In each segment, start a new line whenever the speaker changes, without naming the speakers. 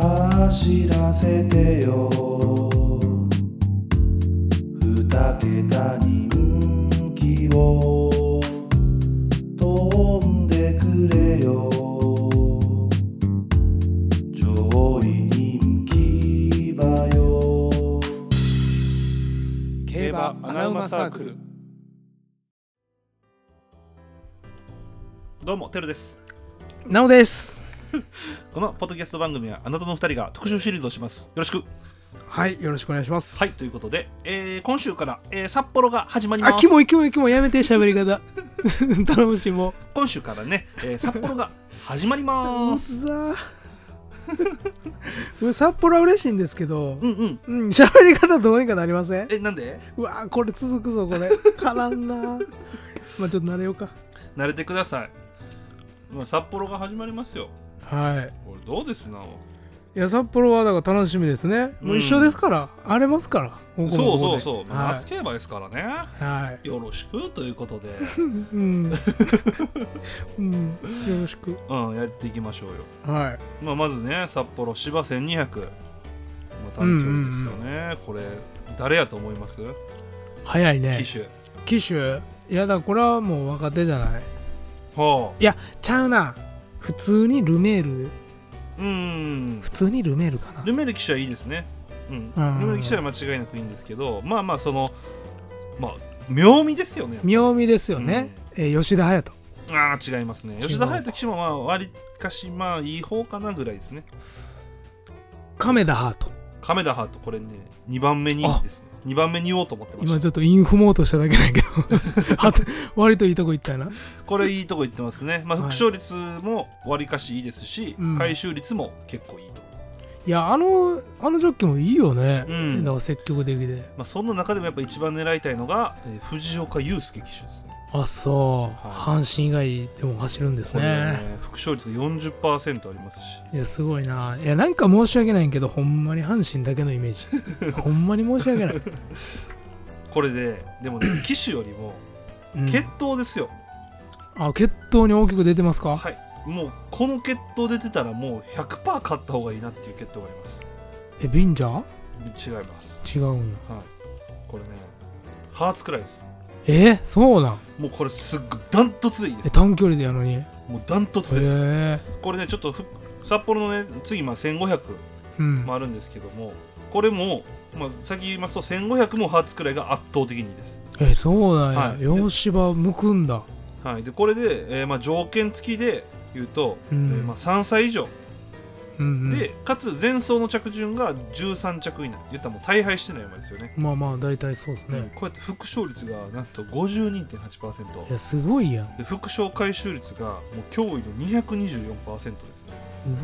走らせてよ二桁人気を飛んでくれよ上位人気馬よ
競馬アナウマサークル
どうもテルです
なおです
このポッドキャスト番組はあなたの2人が特集シリーズをしますよろしく
はいよろしくお願いします、
はいということで、えー今週から、えー札幌が始まります
あキモいキモいキモいやめて喋り方 頼むしも
今週からね、えー札幌が始まり
う
ま
っ
す
ざー札幌は嬉しいんですけ
う
ど
んうん
うん喋り方どうにかなりません
えなんで
うわーこれ続く ぞこれからんなーまあちょっと慣れようか
慣れてくださいまあ札幌が始まりますよ
はい
これどうですない
や札幌はだから楽しみですねもう一緒ですから、荒れますからここも
そう
ここ
そ
で
うそう、まあ
は
夏競馬ですからね
い、はい
よろしくということ で、
うん うん、よろしく
うん、やっていきましょうよ、
はい
まあ、まずね札幌芝1200、まあ、誕生日ですよね、これ誰やと思います
早いね
機種
機種いやだこれはもう若手じゃない
はい
やちゃうな普通にルメール
あうん
普通にルメールかな
ルメール騎手はいいですね、うん、
うん
ルメール騎手は間違いなくいいんですけどまあまあそのまあ妙味ですよね
妙味ですよね、えー吉田隼
ああ違いますね吉田隼人騎手もまあ割かしまあいい方かなぐらいですね
人亀田ハート
亀田ハートこれね2番目にいいですね2番目に言おうと思ってま
今
し
ちょっとインフモートしただけだけど はて割といいとこ行ったよな
たこれいいとこ言ってますね、まあ、
はい
副勝率も割かしいいですし、
うん
回収率も結構いいと、
いやあのあのジョッキーもいいよね、
うん
だから積極的で
まあ、その中でもやっぱ一番狙いたいのが、えー藤岡祐介騎手ですね
あそう、
はい
阪神以外でも走るんです
これは
ね
ね副勝率が40%ありますし
いやすごいないやなんか申し訳ないんけどほんまに阪神だけのイメー ジほんまに申し訳ない、
これでで もね騎手よりも
うん
血統ですよ、
あ血統に大きく出てますか
はいもうこの血統出てたらもう100%勝った方がいいなっていう血統があります
えビンジャ
違います
ー違うんや
これねハーツくらいです
えーそうなん
もうこれすっごいダントツでいいで
え
す
短距離でやのにへ
もうダントツです、
え
これねちょっとふ札幌のね次まあ1500
うん、
もあるんですけどもこれも、まあ、先言いますと1500もハーツくらいが圧倒的にいいです
えそうなんや、
はい
洋芝むくんだ
はいでこれで、えーまあ、条件付きで言うと、
うん
えーまあ、3歳以上
うん、うん、
でかつ前走の着順が13着以内言ったらもう大敗してない馬ですよね
まあまあ大体そうですね、
こうやって副勝率がなんと52.8%
いやすごいやん
で副勝回収率がもう驚異の224%ですね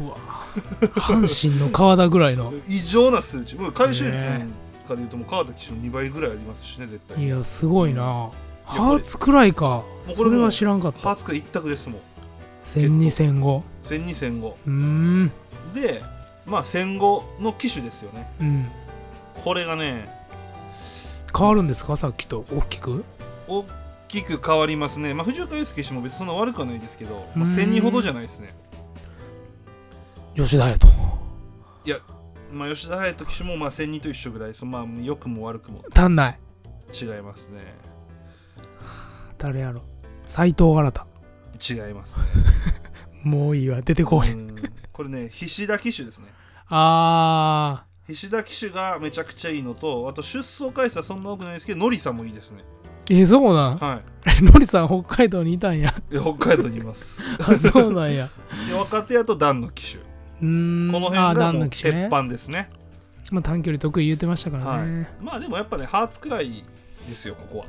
うわ 阪神の川田ぐら いの
異常な数値もう回収率なん
ね
かでいうともう川田騎手の2倍ぐらいありますしね絶対
いやすごい
れ
なハーツくらいか
もうこ
そ
れも
れは知らんかっ
ハー
た
ツから一択ですもん
12005
12005
うーん
でまあ1005の騎手ですよね
うん
これがね
変わるんですかさっきと大きく
大きく変わりますね、まあ、藤岡祐介騎手も別にそんな悪くはないですけど、まあ、
うーん
1000人ほどじゃないですね
吉田隼人
まあ、吉田隼人騎手もまあ1000人と一緒ぐらいそのまあ良くも悪くも
足んない
違いますね
誰やろ斎藤新太
違いますね
もういいわ出てこへん
うんこれね菱田騎手ですね
あ
菱田騎手がめちゃくちゃいいのとあと出走回数はそんな多くないですけどノリさんもいいですね
ーえそ うなん
は
のりさん北海道にいたんや
いいや北海道にいます
あそうな んや
で若手やと段の騎手こ
うーん
の
あ
辺が
段
も
の
う
騎手
鉄
ね、
板ですね
まあ、短距離得意言ってましたからね、、
まあでもやっぱねハーツくらいですよここは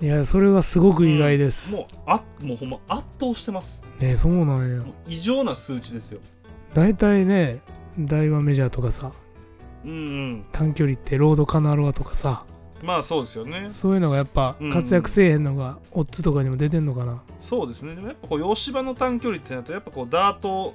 い
やそれはすごく意外です、
もうあもうほんま圧倒してます
ねそうなんや
もう異常な数値ですよ
大体ね大和メジャーとかさ
うんうん
短距離ってロードカナロアとかさ
まあそうですよね
そういうのがやっぱ
うん
活躍せえへんのがオッズとかにも出てんのかな、
そうですねでもやっぱこう洋芝の短距離ってなるとやっぱこうダート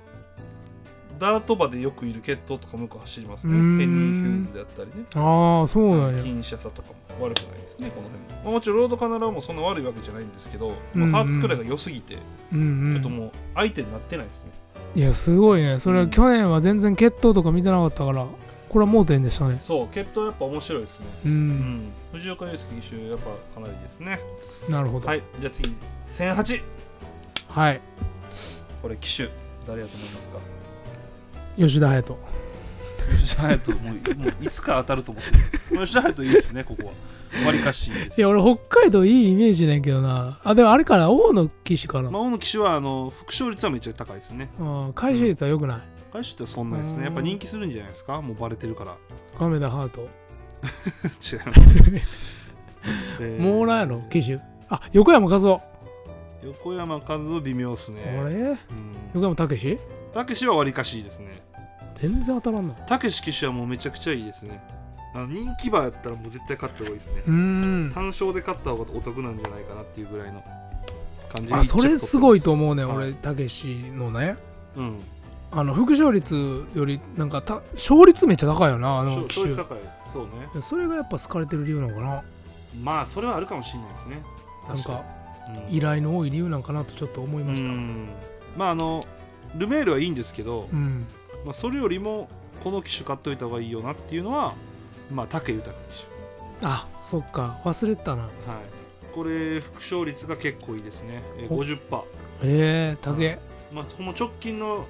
ダート場でよくいる決闘とかもよく走りますね
うーん
ペニー・ヒューズであったりね
ああそうなんや
金車差とかも悪くないですねこの辺も、まあもちろんロードカナルはもうそんな悪いわけじゃないんですけど、
うんうん
まあ、ハーツクライが良すぎて、
うん
ちょっ
う
と
ん
もう相手になってないですね
いやすごいねそれは去年は全然決闘とか見てなかったからこれは盲点でしたね
そう決闘やっぱ面白いですね
う
うんん藤岡祐介騎手やっぱかなりですね
なるほど
はいじゃあ次1008
はい
これ騎手誰やと思いますか
吉田隼
吉田隼人もうもういつか当たると思ってる吉田隼人いいですねここはわりかしいいです
人いや俺北海道いいイメージねんけどなあでもあれから王の騎士かな、
まあ、大野騎手はあの副勝率はめっちゃ高いですね。
うん回収率は良くない、
外手ってそんなですね。やっぱ人気するんじゃないですかもうバレてる から。
亀田ハート、
違う。 で
モーラーやろ騎手あ横山和夫、
横山和夫微妙っす
あ
ね。
れ
うん
横山武史
たけしはわりかしいいですね。
全然当たらんな
たけし騎手はもうめちゃくちゃいいですね。あの人気馬やったらもう絶対勝った方がいいですね
う。ーん
単勝で勝った方がお得なんじゃないかなっていうぐらいの感じで
あそれすごいと思うねん
はい
俺たけしのね
うん。
あの副勝率よりなんかた勝率めっちゃ高いよなあの
勝
騎
勝率高
手
い。そうね。
それがやっぱ好かれてる理由なのかな
まあそれはあるかもしれないですね。
なんか
うん
依頼の多い理由なんかなとちょっと思いました
う
うん
んまああのルメールはいいんですけど、
うん、
まあ、それよりもこの機種買っといた方がいいよなっていうのはまあ武豊機
あそっか忘れてたな
種はいこれ副勝率が結構いいですねえー
お
50%
へえ竹
まあこの直近の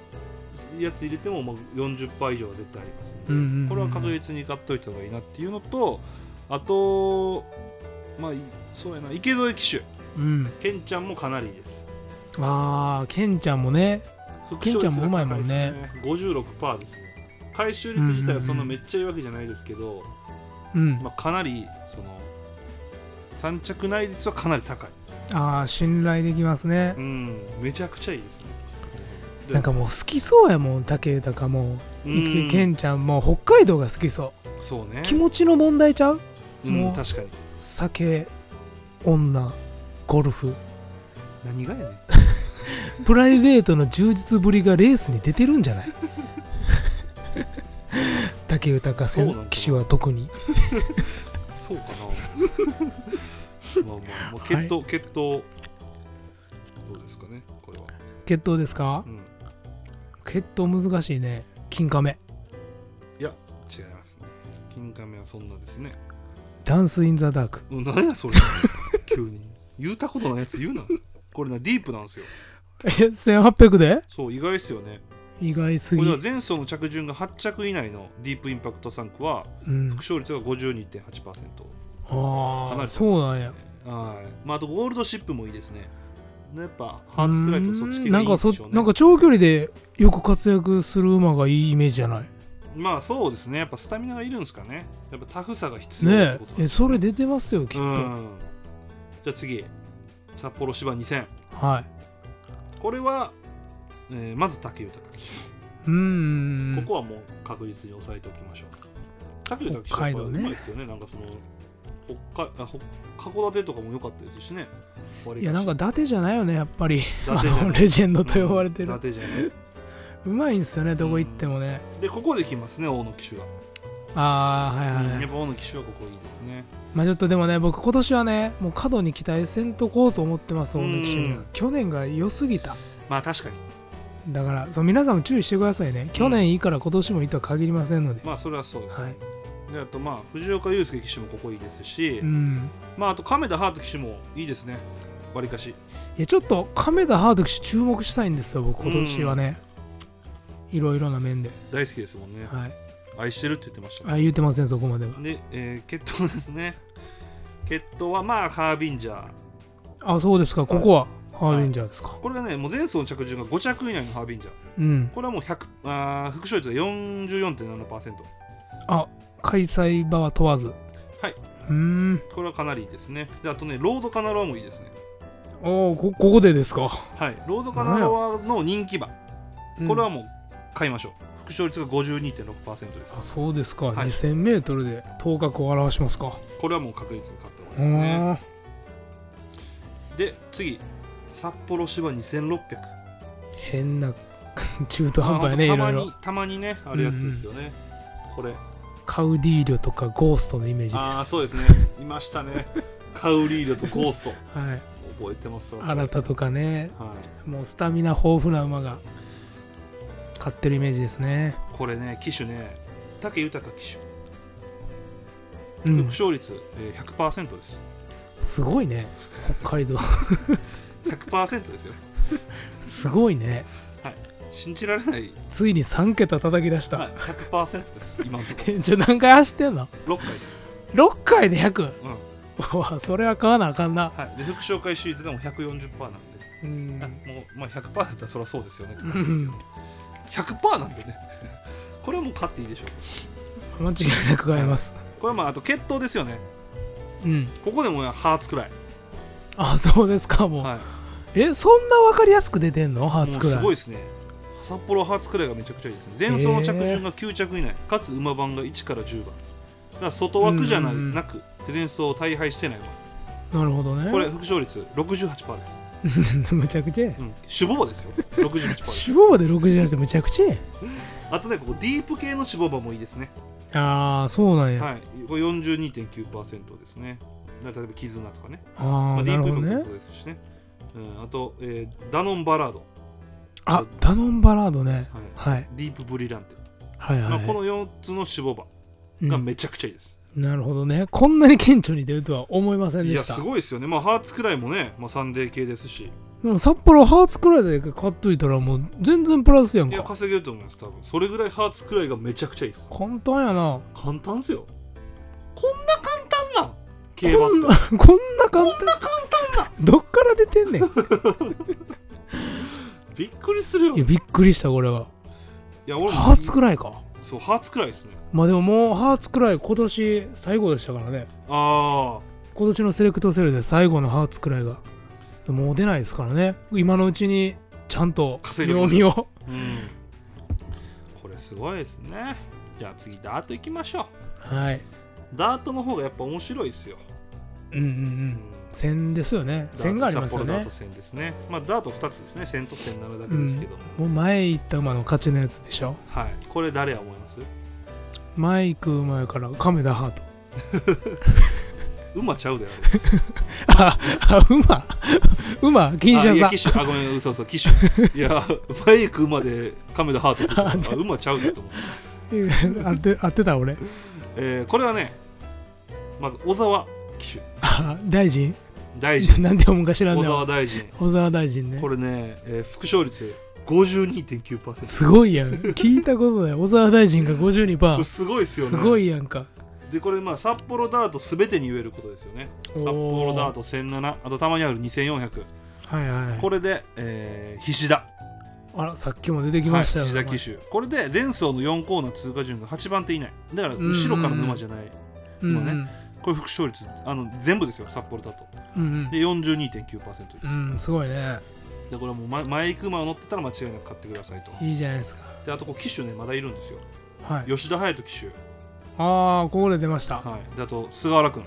やつ入れてももう40%以上は絶対あります
うんうんうん
これは確実に買っといた方がいいなっていうのとあとまあいそうやな池添機種
うん
ケンちゃんもかなりいいです
あーケンちゃんもねケンちゃんもうまいもんね
副勝率が高いですね56%ですね回収率自体はそんなめっちゃいいわけじゃないですけど、
うん
まあ、かなりその3着内率はかなり高い、
あー信頼できますね
うん、めちゃくちゃいいですねで
なんかもう好きそうやもん武豊も
うん
ケンちゃんも北海道が好きそ
そうね
う気持ちの問題ちゃう
う
も
ん、
う
確かに
酒女ゴルフ
何がやねん
プライベートの充実ぶりがレースに出てるんじゃ ない竹豊
そうな
選
のかな
騎手は特に
そうか なまあまあ、まあ、決闘、決闘どうですかねこれは、
決闘ですか
うん、
決闘難しいね金亀
いや違いますね金亀はそんなですね
ダンス・イン・ザ・ダーク
うん何やそれ 急に言うたことないやつ言うなこれなディープなんですよ
え1800で
そう意外ですよね
意外す
こ
ぎ
れは前走の着順が8着以内のディープインパクト3区は
うん
副勝率が52.8%
あ
かな
あ
り
そうなんや
はい、まあ、あとゴールドシップもいいですねやっぱハーツクライトそっち系が
な
いい
ん
で
か
しょ
そう
ね
なんか長距離でよく活躍する馬がいいイメージじゃない
まあそうですねやっぱスタミナがいるんですかねやっぱタフさが必要って
ね
こと
ええそれ出てますよきっと、
うんじゃあ次札幌芝2000
はい
これは、えーまず武豊騎手
うーん
ここはもう確実に押さえておきましょう武豊騎手
北海道
う
ね
まいですよねなんかその北海あ北函館とかも良かったですしね割
い
かし
やなんか伊達じゃないよねやっぱ り
伊
あ
達じゃない
のレジェンドと呼ばれて
伊
る
達じゃないう
まいんすよねどこ行ってもね
でここで来ますね大野騎手が、
ああはいはい、
やっぱ大野騎手はここいいですね
まあちょっとでもね僕今年はねもう過度に期待せんとこうと思ってます大貫主に
う
は
ん
去年が良すぎた
まあ確かに
だからそう皆さんも注意してくださいね去年いいから今年もいいとは限りませんので、
まあそれはそうです、
はい
であとまあ藤岡祐介騎手もここいいですし、
うん
まああと亀田ハート騎手もいいですねわりかし
いやちょっと亀田ハード騎手注目したいんですよ僕今年はねいろいろな面で、
大好きですもんね
はい、
愛してるって言ってましたね
あ言うてませんそこまでは
で、えー、決闘ですね決闘はまあハービンジャー
あそうですかここはハーベンジャーですか、
これがねもう前走の着順が5着以内のハービンジャー
うん
これはもう100あー副勝率が44.7%
あ開催場は問わず
はいう
ーん
これはかなりいいですねであとねロードカナロアもいいですね
おおこここでですか
はいロードカナロアの人気馬これは
うん
もう買いましょう副勝率が52.6%です
あそうですか、
はい
2000m で頭角を表しますか
これはもう確実に買った方
う
がいいですね
ーん
で次札幌芝2600
変な 中途半端やねい
あ
ろ
のた
い
ま
ろ
にたまにねあるやつですよね、これ
カウディーリョとかゴーストのイメージです
ああそう
う
ですねいました ねカウリードとゴースト
はい
覚えてますわそれ
新たとかね
はい
もうスタミナ豊富な馬が勝ってるイメージですね
これね騎手ね武豊騎手
う
副
ん
勝率、えー、100%です
すごいね北海道
100%ですよ
すごいね
信じられない、
ついに3桁叩き出した、
はい、100%です今のとこ
えじゃあ何回走ってんの
ろ6回です、
6回で 100!
うん
う わそれは買わなあかんな
はい、で副紹介シリーズがもう140%なんで、
う
あ
ん
もう、まあ、100%だったらそりゃそうですよねって感じですけど100%なんでね これはもう勝っていいでしょう
間違いなく買えます
これはまああと決闘ですよね
うん
ここでもうハーツくらい、
あそうですかもう、
はい、
えそんな分かりやすく出てんのハーツく
もう
ら
すごい
い
ですね札幌ハーツくらいがめちゃくちゃいいですね前走の着順が9着以内、かつ馬番が1から10番だから外枠じゃな,、
うんうんうん
なくで前走を大敗してない馬
なるほどね
これ副勝率68%です、
むちゃくちゃや
うん、脂肪馬ですよ68%で
死
す
亡まで68でむちゃくちゃや
あとねここディープ系の脂肪馬もいいですね
ああそうなんや、
はいこれ42.9%ですねだから例えば絆とかね、
あ
ま
あ
あ、デ
な
ィ
る
ー
ほ
プ
ど
も
ね
そうですしね、うん、あと、えーダノンバラード、は
あダノンバラードね、
い
はい、
ディープブリランテ、
はいはい
まあ、
はい
この4つの脂肪馬がめちゃくちゃいいです、
うんなるほどねこんなに顕著に出るとは思いません
い
で
や
した
すごいですよね、まあ、ハーツくらいもね、まあ、サンデー系ですし、
でも札幌ハーツくらいで買っといたらもう全然プラスやん
いや
か
稼げると思います、多分それぐらいハーツくらいがめちゃくちゃいいです。
簡単やな
簡単っすよ。こんな簡単なん競馬
こ
っ
ん
て
なこんな簡単どっから出てんねん い
びっくりするよ。
や
い
びっくりしたこれは
や、俺も
ハーツくらいか
そう、ハーツくらいですね。
まあでももうハーツくらい今年最後でしたからね
あ
今年のセレクトセールで最後のハーツくらいがもう出ないですからね今のうちにちゃんと
稼いでお
読
く
みを
あ、うん。これすごいですね。じゃあ次、ダート行きましょ。
はいう
ダートの方がやっぱ面白いですよ。
うんうんう
うん
ん線ですよね線がありますよ
ダー
ね
ト札幌ダート戦ですね。まあ、ダート2つですね。線と線なるだけですけど。
もう前行った馬の勝ちのやつでしょ
はい。これ誰や思います
前行く馬やから亀田ハート
馬ちゃうであれ。
ああ馬馬金
あい
車
や
さん
機種あごめん嘘嘘機種いや バイク馬で亀田ハートって言 ってたあ馬ちゃうよと思う、
合って合ってた俺
えーこれはねまず小沢機種
あ大臣
大臣
なんて読むか知らん
小
ね
沢大臣
小沢大臣ね
これね、えー副勝率52.9%
すごいやん聞いたことない小沢大臣が52
こ
パ
れ
ー
すごいっすよね
すごいやんか
でこれまあ札幌ダートすべてに言えることですよね
お
札
ー
幌ダート1007あとたまにある2400
はいはい
これで、えー、菱田
あらさっきも出てきましたよ、
はい、菱田騎手これで前走の4コーナー通過順が8番手以内だから後ろからの馬じゃない、
うんうん、
まあねこれ副勝率あの全部ですよ札幌だと
うん
で42.9%です、
う
で
ん、うん、すごいね
これはもう前前行く馬を乗ってたら間違いなく買ってくださいと
いいじゃないですか
であとこう騎手ねまだいるんですよ
はい
吉田隼人騎
ああここで出ました
手、はい、であと菅原君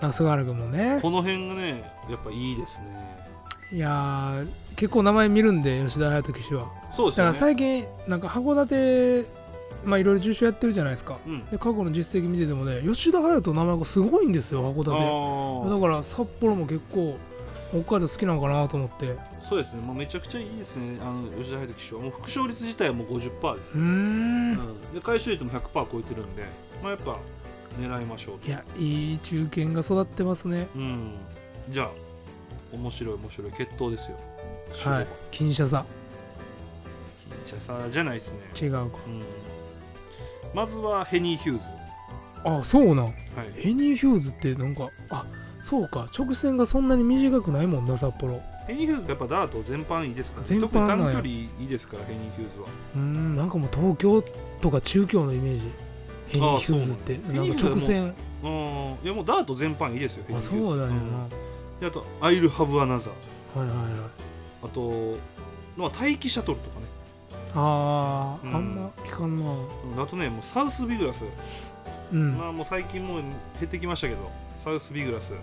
那須原君もね
この辺がねやっぱいいですね
いやー結構名前見るんで吉田隼人騎手は
そうです
だか
よ
ら
ね
最近なんか函館まあいろいろ重賞やってるじゃないですか
うん
で過去の実績見ててもね吉田隼人の名前がすごいんですよ函
あ
館だ
ー
から札幌も結構北海道好きなのかなと思ってう
そうですね、まあ、めちゃくちゃいいですねあの吉田隼人騎手はもう副勝率自体はもう50%です、
ーん
うんで回収率も100%超えてるんで、まあ、やっぱ狙いましょうと
いやいい中堅が育ってますね
うんじゃあ面白い面白い決闘ですよ
はい金車座
じゃさじゃないですね、
違うか
うん、まずはヘニー・ヒューズ、
あそうなん
はい、
ヘニー・ヒューズってなんかあそうか直線がそんなに短くないもんな札幌
ヘニー・ヒューズやっぱダート全般いいですから、
全般
特に短距
な
離
ん
いいですからヘニー・ヒューズは
うーんなんかもう東京とか中京のイメージヘニー・ヒューズって
そう
なんか直線
うんいやもうダート全般いいですよヘニ
あ
ー・ヒューズ
そうだよな、
んであと「アイル・ハブ・アナザー
はいはいはい」
あと、まあ、待機シャトルとかね
あー、
うん
あんま聞かんな
うんあとねもうサウス・ビグラス、
うん、
まあもう最近もう減ってきましたけどサウス・ビグラス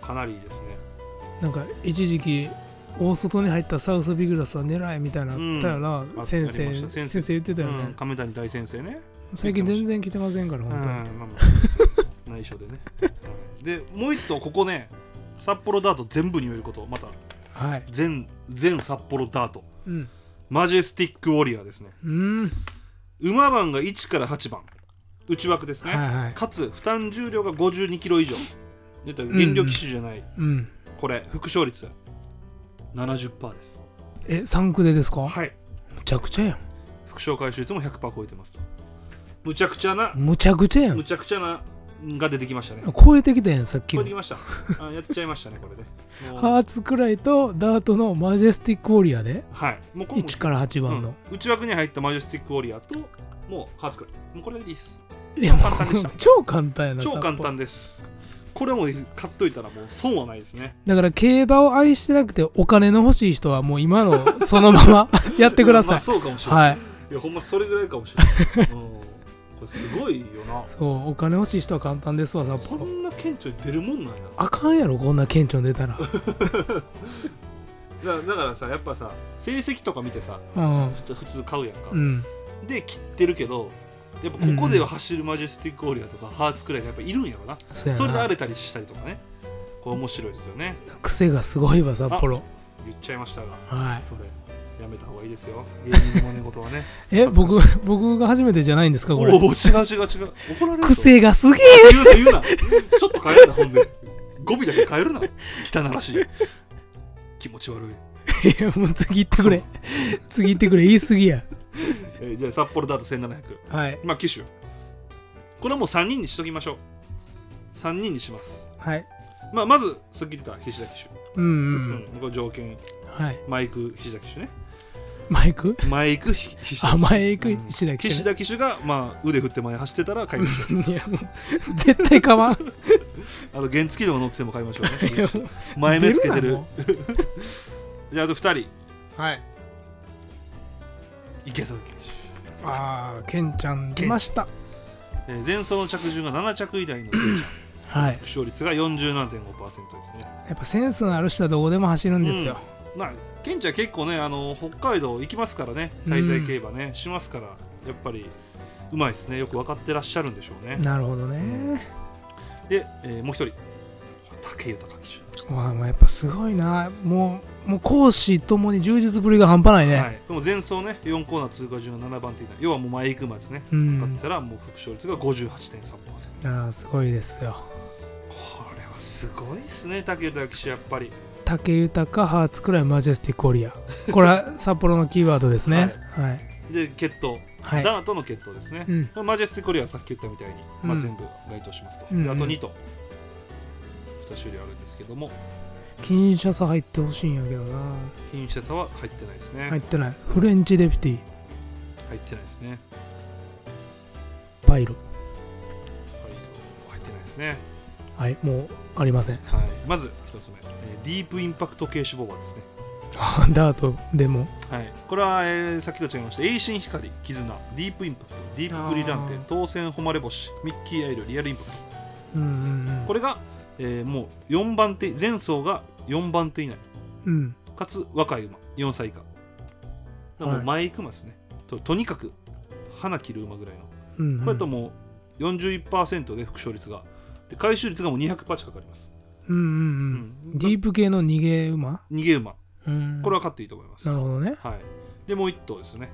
かなりいいですね
なんか一時期大外に入ったサウスビグラスは狙えみたいなあったよな、
あ
先
あ
生
りました先
先
生
生言ってたよね、
うん亀谷大先生ね
最近全然来てませんから
うん
本当に、
まあまあ内緒でね、 うんでもう一頭ここね札幌ダート全部に言えることまた
はい
全全札幌ダート
うん
マジェスティックウォリアーですね
うん
馬番が1から8番内枠ですね、
はいはい
かつ負担重量が5 2キロ以上出た減量機種じゃない、
うん
これ副勝率70%です
え三区でですか、
はい
むちゃくちゃやん
副賞回収率も100%超えてますむちゃくちゃな
むちゃくちゃやん
むちゃくちゃなが出てきましたね
超えてきたやんさっき
超え
の
てきましたあやっちゃいましたねこ れねもう
ハーツくらいとダートのマジェスティックウォリアーで
はいもう今
1から8
う
番の
ん、、内枠に入ったマジェスティックウォリアーともうハーツクライもうこれでいいです
いやもう
簡単でした
超簡単やな
超簡
札幌
単ですこれも買っといたらもう損はないですね
だから競馬を愛してなくてお金の欲しい人はもう今のそのまま やってくだ
ま
さ
あ
い、
そうかもしれない、
はい
い、やほんまそれぐらいかもしれない、うん、これすごいよな
そうお金欲しい人は簡単ですわ札
こ
幌
んな顕著に出るもんなんやな
あかんやろこんな顕著に出 たら
だだからさやっぱさ成績とか見てさ
うん
ふつ普通買うやんか、
うん
で切ってるけどやっぱここでは走るマジェスティックオーリアとかハーツくらいがやっぱいるんやろな、
そや
それで
な
荒れたりしたりとかねこれ面白いですよね
癖がすごいわ札幌
言っちゃいましたが
はい
それやめた方がいいですよ芸人の真似事はね 恥
え
ず
僕
か
僕が初めてじゃないんですか
お
こ
お
れ
違う違う違う怒られるぞ
癖がすげえ
言うな言うなちょっと変えるなほんで語尾だけ変えるな汚らしい気持ち悪い、
いやもう次行ってくれ次行ってくれ言い過ぎや
えーじゃあ札幌ダート1700
はい
まあ機種これはもう3人にしときましょう3人にします、
はい
まあ、まずさっき言った菱田機種
うんう、
うんん、これ条件
はい
マイク菱田機種ね
マイク
マイクひ菱田
あマイク
うん
石田記
菱
者
田機種が、まあ、腕振って前走ってたら買いましょう
いやもう絶対買 わん
あと原付きでも乗ってても買いましょ
いや
う
も
ね前目つけて
出
る
なも
じゃああと2人
うはい
池崎機種
ああケンちゃん出ました
えー前走の着順が7着以内の
はい
負傷率が47.5%ですね。
やっぱセンスのある人はどこでも走るんですよ、
まあ、ケンちゃん結構ね、あの北海道行きますからね、滞在競馬ね、しますから、やっぱりうまいですね、よく分かってらっしゃるんでしょうね。
なるほどね、
で、えーもう一人、竹豊騎
わあもうやっぱすごいなもうもう講師ともに充実ぶりが半端ない
手。
ね、
はい、でも前走ね、4コーナー通過順が7番手以内、要はもう前行くまでですね、
う
勝っ
ん
たらもう負傷率が58.3%。
いやあすごいですよ
これはすごいですね、竹豊騎手、やっぱり。
竹豊ハーツくらいマジェスティックオリアこれは札幌のキーワードですねはい
で、決闘、
はい、
ダートの決闘ですね。
うん
マジェスティックリアはさっき言ったみたいに、ま
う
あ、
ん
全部該当しますと、
うんうん
であと2と2種類あるんですけども
金車差入ってほしいんやけどな
品種差は入ってないですね、
入ってないフレンチデピティ
入ってないですね
パイル
はい入ってないですね、
はいもうありません
はい、まず1つ目、えーディープインパクト系脂肪はですね、
ダートでも
はい、これは、えーさっきと違いました栄心光絆ディープインパクトディープブリランテ
あー
当選誉れ星ミッキーアイルリアルインパクト
うんうんうん
これが、えーもう4番手前走が4番手以内
うん
かつ若い馬4歳以下だからも
は
う
い
前行く馬ですね、ととにかく花切る馬ぐらいの
うんうん
これともう41%で副勝率がで回収率がもう200%近くあります、
うんうん
う
うんディープ系の逃げ馬
逃げ馬
うん
これは勝っていいと思います、
なるほどね
はい、でもう1頭ですね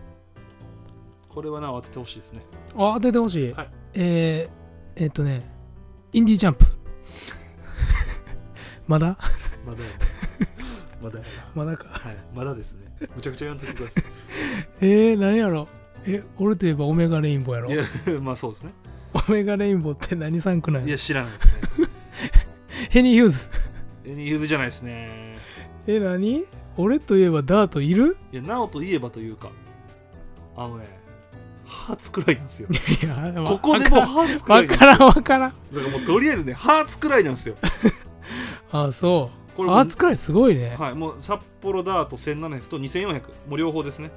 これはな当ててほしいですね
あ当ててほしい、
はい
えー、えっとねインディージャンプ まだ
ま だまだ
まだか
はいまだですねむちゃくちゃ読んでください
えー、何やろえ俺といえばオメガレインボーやろ
いやまあそうですね
オメガレインボーって何サンクなん
い
や
や知らないです ね
ヘニー・ヒューズ
エニーユーズじゃないですね
え何俺といえばダートいる
いや、なおといえばというか、あのね、ハーツくらいなんですよ。
いやで
ここでもうハーツくら
わ
いなんです
からんわからん
よ。だからもうとりあえずね、ハーツくらいなんですよ。
あそ
こ
う
れ
あつくらいすごいね、
はい、もう札幌ダート1700と2400、もう両方ですね。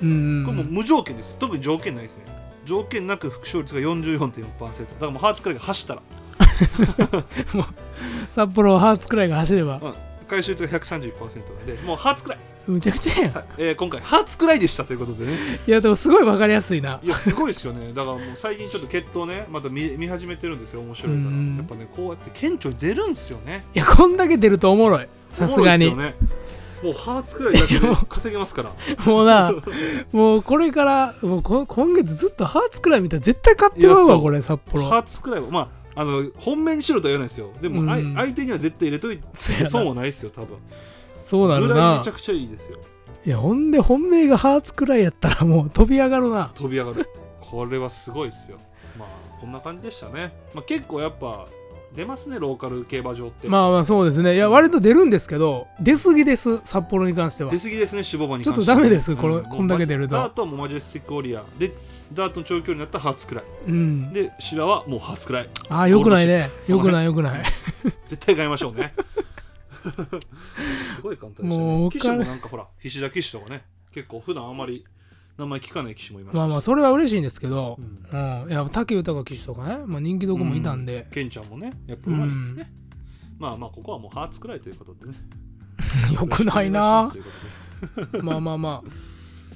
うん
これもう無条件です。特に条件ないですね。条件なく副勝率が44.4%。だからもうハーツくらいが走ったら、
札幌はハーツくらいが走れば
うん回収率が131%なんでもう初くらい、
むちゃくちゃやん。
はいえー今回初くらいでしたということでね
いや、でもすごいわかりやすいな。
いやすごいですよねだからもう最近ちょっと血統ねまた見見始めてるんですよ面白いか
う
ら
ん
やっぱねこうやって顕著に出るんですよね
いや、こんだけ出るとおもろい。さすが
お
に。
もろいですよねもうハーツくらいだけで稼げますから
もうな、もうこれから、もうこ今月ずっとハーツくらい見たら絶対買ってまう
いやそ
わ、
う
これ、札幌。
ハーツくらいはまああの本命にしろとは言わないですよでも、あい
うん
相手には絶対入れといて
そうやな
損はないですよ多分
そうな
ぐ
る
らいめ
な
ちゃ。くちゃいいですよ
いや、ほんで本命がハーツくらいやったらもう飛び上がるな。
飛び上がるこれはすごいですよまあこんな感じでしたね、まあ、結構やっぱ出ますねローカル競馬場って、
まあまあそうですね。いや、割と出るんですけど、出すぎです、札幌に関しては
出。過ぎですね脂肪馬に
ちょ
関
っ
して
と
は
ダメですこれ
うんもう
こんだけ出ると
ダートはもうマジェスティックウォリアーでダートの長距離になったらハーツくらい
うん。
で芝はもうハーツくらい
ああ、よくないね。
ゴ
よ
ール
く
ド
ない、よ くない。
絶対買いましょう ねすごい簡単でした
もう
ね
わか
騎
る
手もなんかほら菱田騎手とかね結構普段あんまり名前聞かない騎手もいました
まあまあ、それは嬉しいんですけど
う、ん
うん。いや、竹豊騎手とかね、まあ人気どこもいたんで、
ケンちゃんもねやっぱうまいですね、まあまあここはもうハーツくらいということでね
よくな
よろしくお願いします
いな
と。いうことで
まあまあまあ。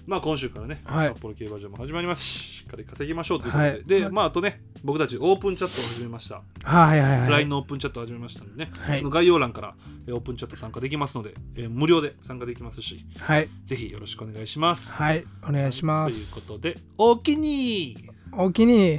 まあ今週からね、
はい
札幌競馬場も始まりますし、しっかり稼ぎましょうということで、
はい
で、まああとね、僕たちオープンチャットを始めました。
はいはいはい。
LINE のオープンチャットを始めましたのでね、
はい
あの概要欄からえーオープンチャット参加できますので、えー無料で参加できますし、
はい。
ぜひよろしくお願いします。
はい。お願いしま
というこ
す。
とで、お気に入り
お気に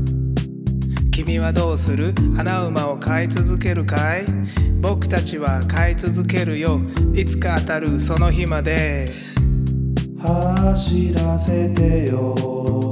君はどうする穴馬を飼い続けるかい僕たちは飼い続けるよいつか当たるその日まで
走らせてよ